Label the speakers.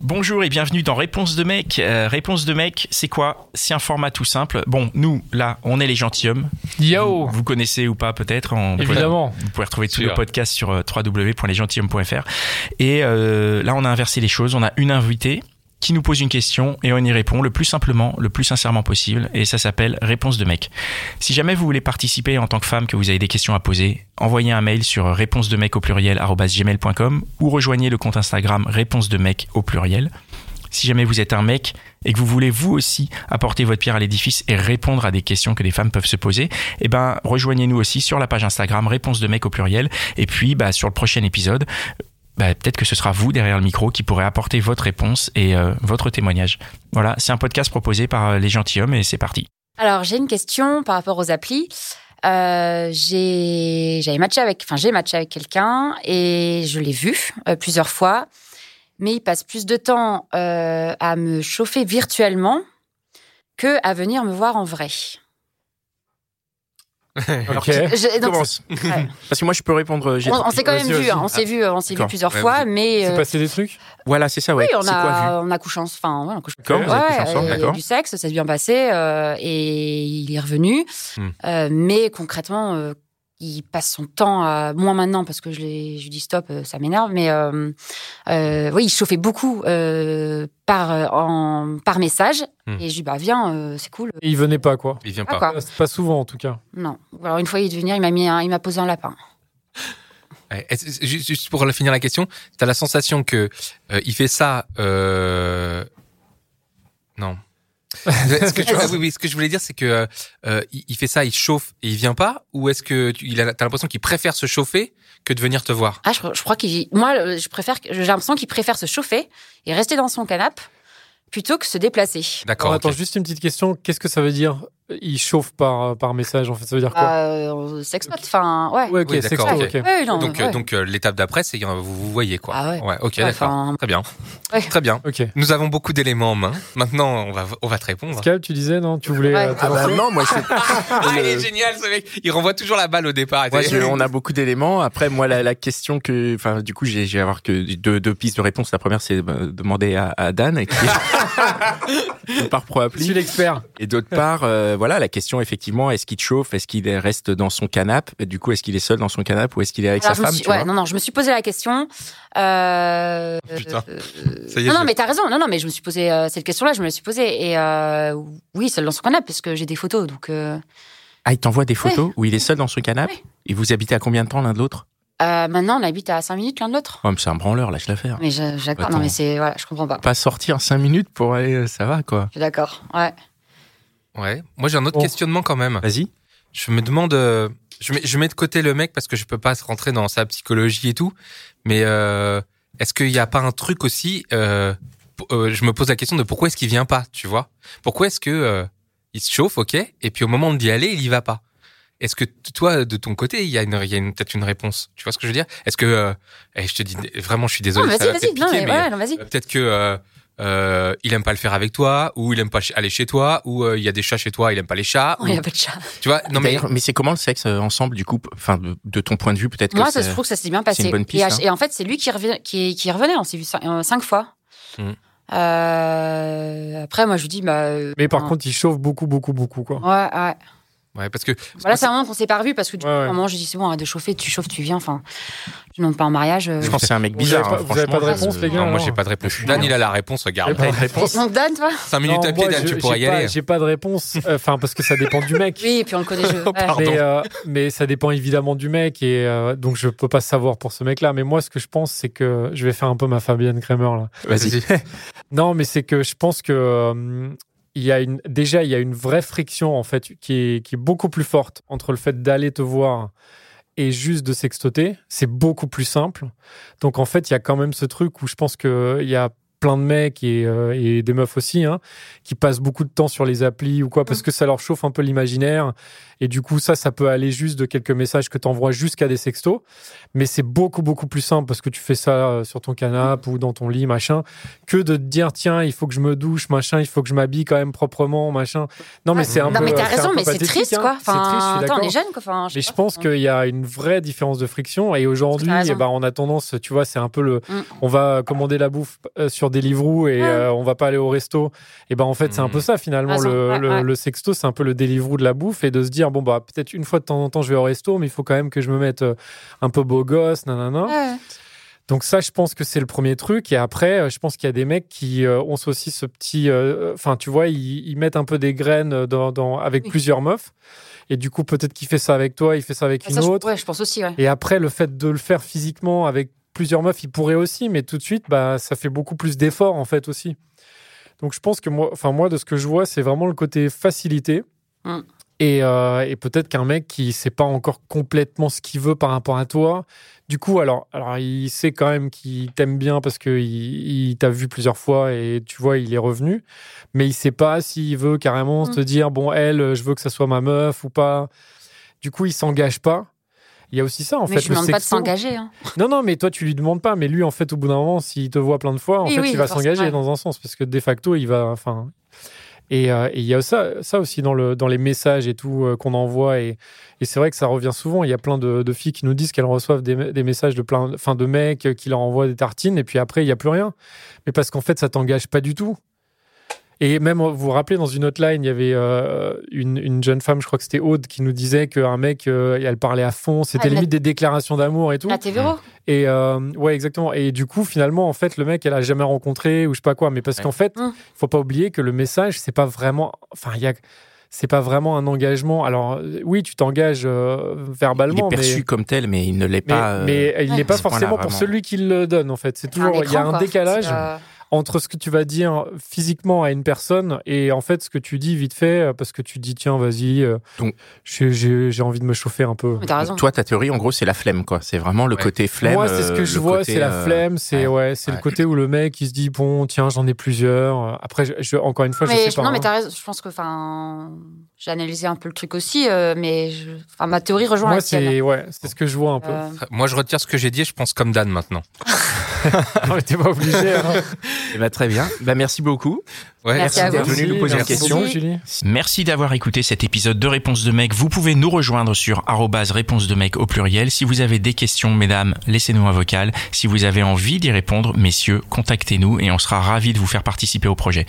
Speaker 1: Bonjour et bienvenue dans Réponse de mec. Euh, Réponse de mec, c'est quoi C'est un format tout simple. Bon, nous, là, on est les gentilshommes.
Speaker 2: Yo
Speaker 1: Vous connaissez ou pas peut-être. on peut-
Speaker 2: Évidemment.
Speaker 1: Vous pouvez retrouver tous
Speaker 2: Sûr.
Speaker 1: les podcasts sur euh, www.lesgentilhommes.fr. Et euh, là, on a inversé les choses. On a une invitée qui nous pose une question et on y répond le plus simplement, le plus sincèrement possible. Et ça s'appelle Réponse de mec. Si jamais vous voulez participer en tant que femme, que vous avez des questions à poser, envoyez un mail sur réponse de mec au pluriel arobase gmail.com ou rejoignez le compte Instagram réponse de mec au pluriel. Si jamais vous êtes un mec et que vous voulez vous aussi apporter votre pierre à l'édifice et répondre à des questions que les femmes peuvent se poser, eh ben rejoignez-nous aussi sur la page Instagram Réponse de mec au pluriel et puis bah, sur le prochain épisode, bah, peut-être que ce sera vous derrière le micro qui pourrez apporter votre réponse et euh, votre témoignage. Voilà, c'est un podcast proposé par euh, les gentilshommes et c'est parti.
Speaker 3: Alors, j'ai une question par rapport aux applis. Euh, j'ai- j'avais matché avec, enfin, j'ai matché avec quelqu'un et je l'ai vu euh, plusieurs fois, mais il passe plus de temps euh, à me chauffer virtuellement que à venir me voir en vrai.
Speaker 2: Ok.
Speaker 3: Je- donc,
Speaker 4: Commence.
Speaker 3: Ouais.
Speaker 4: Parce que moi, je peux répondre. j'ai-
Speaker 3: euh, on on s'est quand même
Speaker 4: Vas-y,
Speaker 3: vu,
Speaker 4: vas-y.
Speaker 3: hein, on s'est vu, euh, on s'est
Speaker 4: Ah.
Speaker 3: vu
Speaker 4: D'accord.
Speaker 3: plusieurs
Speaker 4: Ouais,
Speaker 3: fois, mais
Speaker 2: C'est
Speaker 3: euh,
Speaker 2: passé des trucs
Speaker 4: Voilà, c'est ça,
Speaker 3: oui,
Speaker 4: ouais.
Speaker 3: on
Speaker 4: C'est quoi, vu
Speaker 3: a, on a couché, en- enfin, ouais, on a couché.
Speaker 4: D'accord, vous avez couché ensemble,
Speaker 3: et
Speaker 4: d'accord.
Speaker 3: du sexe, ça s'est bien passé euh, et il est revenu.
Speaker 4: Hmm.
Speaker 3: Euh, mais concrètement, euh, il passe son temps à. Moins maintenant, parce que je, l'ai- je lui dis stop, euh, ça m'énerve. Mais euh, euh, oui, il chauffait beaucoup euh, par, euh, en, par message.
Speaker 5: Hmm.
Speaker 3: Et je lui dis bah, viens, euh, c'est cool.
Speaker 2: Et il venait pas, quoi. Euh,
Speaker 5: Il vient
Speaker 3: Ah,
Speaker 5: pas.
Speaker 3: quoi.
Speaker 2: C'est Pas souvent, en tout cas.
Speaker 3: Non. Alors une fois, il est devenu, il m'a mis un- il m'a posé un lapin.
Speaker 5: Ouais. Est-ce- est-ce- Juste juste pour finir la question, t'as la sensation que euh, il fait ça. euh, Non. Est-ce que tu- ah oui, oui, ce que je voulais dire, c'est que euh, euh, il il fait ça, il chauffe et il vient pas, ou est-ce que tu il a- t'as l'impression qu'il préfère se chauffer que de venir te voir
Speaker 3: Ah, je, je crois qu'il. Moi, euh, je préfère. que- J'ai l'impression qu'il préfère se chauffer et rester dans son canapé plutôt que se déplacer.
Speaker 5: D'accord.
Speaker 2: Alors, attends,
Speaker 5: ok.
Speaker 2: juste une petite question. Qu'est-ce que ça veut dire Il chauffe par, euh, par message, en fait. Ça veut dire quoi
Speaker 3: Bah, euh, on sexpote, enfin, ouais.
Speaker 2: Ouais, ok,
Speaker 5: Oui,
Speaker 2: sexto,
Speaker 5: d'accord,
Speaker 2: ok.
Speaker 5: ok.
Speaker 3: Ouais, non,
Speaker 5: Donc,
Speaker 3: ouais.
Speaker 5: euh, donc euh, l'étape d'après, c'est euh, vous vous voyez quoi.
Speaker 3: Ah ouais.
Speaker 5: ok,
Speaker 3: Ouais,
Speaker 5: d'accord.
Speaker 3: enfin,
Speaker 5: Très bien.
Speaker 3: Ouais.
Speaker 5: Très bien.
Speaker 2: Ok.
Speaker 5: Nous avons beaucoup d'éléments en main. Maintenant, on va on va te répondre.
Speaker 2: Pascal, tu disais, non Tu voulais.
Speaker 3: Ouais.
Speaker 2: euh,
Speaker 4: Ah bah non, moi, c'est-
Speaker 5: Ah, il
Speaker 4: Euh,
Speaker 5: est génial ce mec. Il renvoie toujours la balle au départ.
Speaker 4: moi, je- on a beaucoup d'éléments. Après, moi, la, la question que, enfin, du coup, j'ai j'ai à avoir que deux, deux pistes de réponse. La première, c'est bah, demander à, à Dan, qui est- par pro
Speaker 2: Je suis
Speaker 4: appli.
Speaker 2: l'expert.
Speaker 4: Et d'autre part, euh, voilà, la question, effectivement, est-ce qu'il te chauffe, est-ce qu'il reste dans son canapé Du coup, est-ce qu'il est seul dans son canapé ou est-ce qu'il est avec
Speaker 3: alors, je
Speaker 4: sa
Speaker 3: me
Speaker 4: femme
Speaker 3: suis-
Speaker 4: tu
Speaker 3: ouais,
Speaker 4: vois
Speaker 3: non, non, je me suis posé la question. Euh,
Speaker 5: Oh, Putain.
Speaker 3: euh,
Speaker 5: Ça y est,
Speaker 3: non, non,
Speaker 5: je-
Speaker 3: mais t'as raison. Non, non, mais je me suis posé euh, cette question-là. Je me la suis posée. Et euh, oui, seul dans son canapé, parce que j'ai des photos. Donc, euh,
Speaker 4: Ah, il t'envoie des photos où il est seul dans son canapé
Speaker 3: Ouais.
Speaker 4: Et vous habitez à combien de temps l'un de l'autre
Speaker 3: euh, maintenant, on habite à 5 minutes l'un de l'autre.
Speaker 4: Oh, mais c'est un branleur, lâche l'affaire.
Speaker 3: Mais je- j'accorde. Non,
Speaker 4: Attends.
Speaker 3: mais c'est voilà, je comprends pas.
Speaker 4: Pas sortir cinq minutes pour aller, euh, ça va quoi.
Speaker 3: Je suis d'accord. Ouais.
Speaker 5: Ouais. Moi, j'ai un autre
Speaker 2: Bon.
Speaker 5: questionnement quand même.
Speaker 4: Vas-y.
Speaker 5: Je me demande. euh, Je mets, je mets de côté le mec parce que je peux pas se rentrer dans sa psychologie et tout. Mais euh, est-ce qu'il n'y a pas un truc aussi euh, p- euh, Je me pose la question de pourquoi est-ce qu'il vient pas Tu vois Pourquoi est-ce que euh, il se chauffe, ok, et puis au moment d'y aller, il y va pas est-ce que t- toi, de ton côté, il y a, une- il y a une- peut-être une réponse Tu vois ce que je veux dire Est-ce que euh, eh, je te dis vraiment, je suis
Speaker 3: Non,
Speaker 5: désolé.
Speaker 3: mais
Speaker 5: ça
Speaker 3: vas-y,
Speaker 5: va peut-être
Speaker 3: vas-y. Non,
Speaker 5: piquer,
Speaker 3: mais
Speaker 5: mais,
Speaker 3: ouais, non, vas-y.
Speaker 5: euh, Peut-être que euh, euh, il aime pas le faire avec toi, ou il aime pas ch- aller chez toi, ou euh, il y a des chats chez toi, il aime pas les chats.
Speaker 3: Oh, Il
Speaker 5: ou-
Speaker 3: n'y a pas de chat.
Speaker 5: tu vois Non mais
Speaker 4: D'ailleurs, mais c'est comment le sexe euh, ensemble du coup Enfin, de, de ton point de vue, peut-être. que
Speaker 3: Moi, ça
Speaker 4: c'est-
Speaker 3: se trouve que ça s'est bien
Speaker 4: c'est
Speaker 3: passé.
Speaker 4: une bonne piste,
Speaker 3: et, à-
Speaker 4: hein.
Speaker 3: et en fait, c'est lui qui, revient, qui, qui revenait. On s'est vu cinq, euh, cinq fois.
Speaker 4: Mm.
Speaker 5: Hmm.
Speaker 3: Euh, après, moi, je lui dis, bah. euh,
Speaker 2: Mais par
Speaker 3: enfin,
Speaker 2: contre, il chauffe beaucoup, beaucoup, beaucoup, quoi.
Speaker 3: Ouais, ouais.
Speaker 5: ouais, parce que
Speaker 3: Voilà, c'est un moment qu'on s'est pas revu parce que du
Speaker 2: Ouais,
Speaker 3: coup,
Speaker 2: ouais.
Speaker 3: à un moment, j'ai dit, c'est bon, arrête de chauffer, tu chauffes, tu viens. Enfin, je demande pas en mariage. euh.
Speaker 4: Je pense que c'est un mec
Speaker 2: Vous
Speaker 4: bizarre.
Speaker 2: avez pas-
Speaker 4: hein,
Speaker 2: vous avez
Speaker 4: franchement,
Speaker 2: pas de réponse,
Speaker 4: je-
Speaker 2: les gars
Speaker 5: non, moi
Speaker 2: alors
Speaker 5: j'ai pas de réponse. Dan il a la réponse, regarde.
Speaker 2: J'ai pas de réponse.
Speaker 3: Donc, Dan, toi
Speaker 5: 5 minutes
Speaker 2: Non,
Speaker 5: à pied,
Speaker 2: moi,
Speaker 5: Dan,
Speaker 2: je-
Speaker 5: tu pourras
Speaker 2: j'ai
Speaker 5: y
Speaker 2: pas-
Speaker 5: aller.
Speaker 2: J'ai pas de réponse. Enfin, parce que ça dépend du mec.
Speaker 3: Oui, et puis on le connaît, je. ouais.
Speaker 2: Mais, euh, mais ça dépend évidemment du mec et euh, donc je peux pas savoir pour ce mec-là. Mais moi, ce que je pense, c'est que je vais faire un peu ma Fabienne Kramer là.
Speaker 4: Vas-y.
Speaker 2: Non, mais c'est que je pense que euh, il y a une déjà il y a une vraie friction en fait qui est, qui est beaucoup plus forte entre le fait d'aller te voir et juste de sextoter, c'est beaucoup plus simple. Donc en fait, il y a quand même ce truc où je pense qu'il y a plein de mecs et, euh, et des meufs aussi hein, qui passent beaucoup de temps sur les applis ou quoi parce que ça leur chauffe un peu l'imaginaire et du coup ça ça peut aller juste de quelques messages que t'envoies jusqu'à des sextos mais c'est beaucoup beaucoup plus simple parce que tu fais ça euh, sur ton canapé ou dans ton lit machin que de te dire tiens il faut que je me douche machin il faut que je m'habille quand même proprement machin non mais c'est un
Speaker 3: Non,
Speaker 2: peu
Speaker 3: mais t'as
Speaker 2: c'est un
Speaker 3: raison,
Speaker 2: peu
Speaker 3: mais c'est
Speaker 2: pathétique,
Speaker 3: triste,
Speaker 2: hein.
Speaker 3: quoi.
Speaker 2: C'est triste, je suis
Speaker 3: Enfin, attends, on
Speaker 2: d'accord.
Speaker 3: est jeune, quoi. Enfin, je
Speaker 2: Mais
Speaker 3: sais
Speaker 2: je
Speaker 3: pas.
Speaker 2: pense qu'il y a une vraie différence de friction. Et aujourd'hui,
Speaker 3: T'as raison.
Speaker 2: eh ben, on a tendance, tu vois, c'est un peu le.
Speaker 3: Mm.
Speaker 2: On va commander la bouffe euh, sur Deliveroo et
Speaker 3: Ouais.
Speaker 2: euh, on va pas aller au resto. Et ben en fait, c'est un
Speaker 5: Mm.
Speaker 2: peu ça finalement.
Speaker 3: Raison.
Speaker 2: Le,
Speaker 3: Ouais,
Speaker 2: le-
Speaker 3: ouais.
Speaker 2: le sexto, c'est un peu le Deliveroo de la bouffe et de se dire, bon, bah, peut-être une fois de temps en temps, je vais au resto, mais il faut quand même que je me mette euh, un peu beau gosse, nanana.
Speaker 3: Ouais.
Speaker 2: Donc ça, je pense que c'est le premier truc. Et après, euh, je pense qu'il y a des mecs qui euh, ont aussi ce petit... euh, Enfin, tu vois, ils, ils mettent un peu des graines euh, dans, dans- avec
Speaker 3: Oui.
Speaker 2: plusieurs meufs. Et du coup, peut-être qu'il fait ça avec toi, il fait ça avec
Speaker 3: Bah, Ça,
Speaker 2: une
Speaker 3: je-
Speaker 2: autre.
Speaker 3: ouais, je pense aussi, ouais.
Speaker 2: Et après, le fait de le faire physiquement avec plusieurs meufs, il pourrait aussi, mais tout de suite, bah, ça fait beaucoup plus d'efforts en fait aussi. Donc je pense que moi, enfin moi, de ce que je vois, c'est vraiment le côté facilité.
Speaker 3: Mm.
Speaker 2: Et, euh, et peut-être qu'un mec qui sait pas encore complètement ce qu'il veut par rapport à toi, du coup, alors, alors il sait quand même qu'il t'aime bien parce que il, il t'a vu plusieurs fois et tu vois, il est revenu, mais il sait pas s'il veut carrément
Speaker 3: Mm.
Speaker 2: te dire bon, elle, euh, je veux que ça soit ma meuf ou pas. Du coup, il s'engage pas. Il y a aussi ça en
Speaker 3: mais
Speaker 2: fait.
Speaker 3: je
Speaker 2: le
Speaker 3: lui demande pas de
Speaker 2: sexo.
Speaker 3: s'engager. hein.
Speaker 2: Non, non, mais toi, tu lui demandes pas. Mais lui, en fait, au bout d'un moment, s'il te voit plein de fois, en
Speaker 3: Oui,
Speaker 2: fait,
Speaker 3: oui,
Speaker 2: il va
Speaker 3: forcément,
Speaker 2: s'engager
Speaker 3: ouais.
Speaker 2: dans un sens parce que de facto, il va. Enfin. Et euh, et il y a ça, ça aussi dans, le, dans les messages et tout euh, qu'on envoie. Et, et c'est vrai que ça revient souvent. Il y a plein de, de filles qui nous disent qu'elles reçoivent des, des messages de plein, enfin, de mecs euh, qui leur envoient des tartines. Et puis après, il n'y a plus rien. Mais parce qu'en fait, ça t'engage pas du tout. Et même, vous vous rappelez, dans une hotline, il y avait euh, une, une jeune femme, je crois que c'était Aude, qui nous disait qu'un mec, euh, elle parlait à fond. C'était
Speaker 3: Ah, la-
Speaker 2: limite des déclarations d'amour et tout.
Speaker 3: La TVRO.
Speaker 2: Et euh, ouais, exactement. Et du coup, finalement, en fait, le mec, elle a jamais rencontré ou je sais pas quoi. Mais parce
Speaker 5: Ouais.
Speaker 2: qu'en fait,
Speaker 3: Mm.
Speaker 2: faut pas oublier que le message, c'est pas vraiment. Enfin, il y a. C'est pas vraiment un engagement. Alors euh, oui, tu t'engages euh,
Speaker 4: Il
Speaker 2: verbalement,
Speaker 4: est perçu
Speaker 2: mais,
Speaker 4: comme tel, mais il ne l'est
Speaker 2: mais,
Speaker 4: pas. euh,
Speaker 2: mais il
Speaker 3: Ouais.
Speaker 2: n'est pas
Speaker 4: à ce point-là,
Speaker 2: forcément pour
Speaker 4: vraiment.
Speaker 2: celui qui le donne. En fait, c'est
Speaker 3: Enfin,
Speaker 2: toujours il y
Speaker 3: à
Speaker 2: a
Speaker 3: l'écran,
Speaker 2: un
Speaker 3: quoi.
Speaker 2: décalage
Speaker 3: C'est, euh,
Speaker 2: entre ce que tu vas dire physiquement à une personne et en fait ce que tu dis vite fait euh, parce que tu dis tiens vas-y, euh,
Speaker 4: Donc-
Speaker 2: j'ai- j'ai j'ai envie de me chauffer un peu.
Speaker 3: Mais t'as raison.
Speaker 4: Toi, ta théorie, en gros, c'est la flemme, quoi. C'est vraiment le
Speaker 5: Ouais.
Speaker 4: côté flemme.
Speaker 2: Moi, c'est ce que
Speaker 4: euh,
Speaker 2: je
Speaker 4: le
Speaker 2: vois,
Speaker 4: côté,
Speaker 2: c'est la
Speaker 4: euh,
Speaker 2: flemme, c'est
Speaker 4: ouais.
Speaker 2: ouais, c'est le
Speaker 4: Ouais.
Speaker 2: côté où le mec il se dit bon, tiens, j'en ai plusieurs. Après, je, je- encore une fois, je
Speaker 3: mais,
Speaker 2: sais pas.
Speaker 3: non,
Speaker 2: hein.
Speaker 3: mais t'as raison. Je pense que, enfin, j'ai analysé un peu le truc aussi, euh, mais je- enfin, ma théorie rejoint
Speaker 2: Moi,
Speaker 3: la tienne.
Speaker 2: c'est ouais, c'est ce que je vois un peu.
Speaker 3: Euh,
Speaker 5: Moi, je retire ce que j'ai dit, et je pense comme Dan maintenant.
Speaker 2: Non, mais t'es pas obligé. hein.
Speaker 4: Eh ben, très bien. Bah, merci beaucoup.
Speaker 5: Ouais,
Speaker 3: Merci à vous.
Speaker 4: d'être venu nous poser une
Speaker 2: Merci
Speaker 4: question.
Speaker 2: beaucoup, Julie.
Speaker 1: Merci d'avoir écouté cet épisode de Réponse de Mec. Vous pouvez nous rejoindre sur arrobase réponse de mec au pluriel. Si vous avez des questions, mesdames, laissez-nous un vocal. Si vous avez envie d'y répondre, messieurs, contactez-nous et on sera ravis de vous faire participer au projet.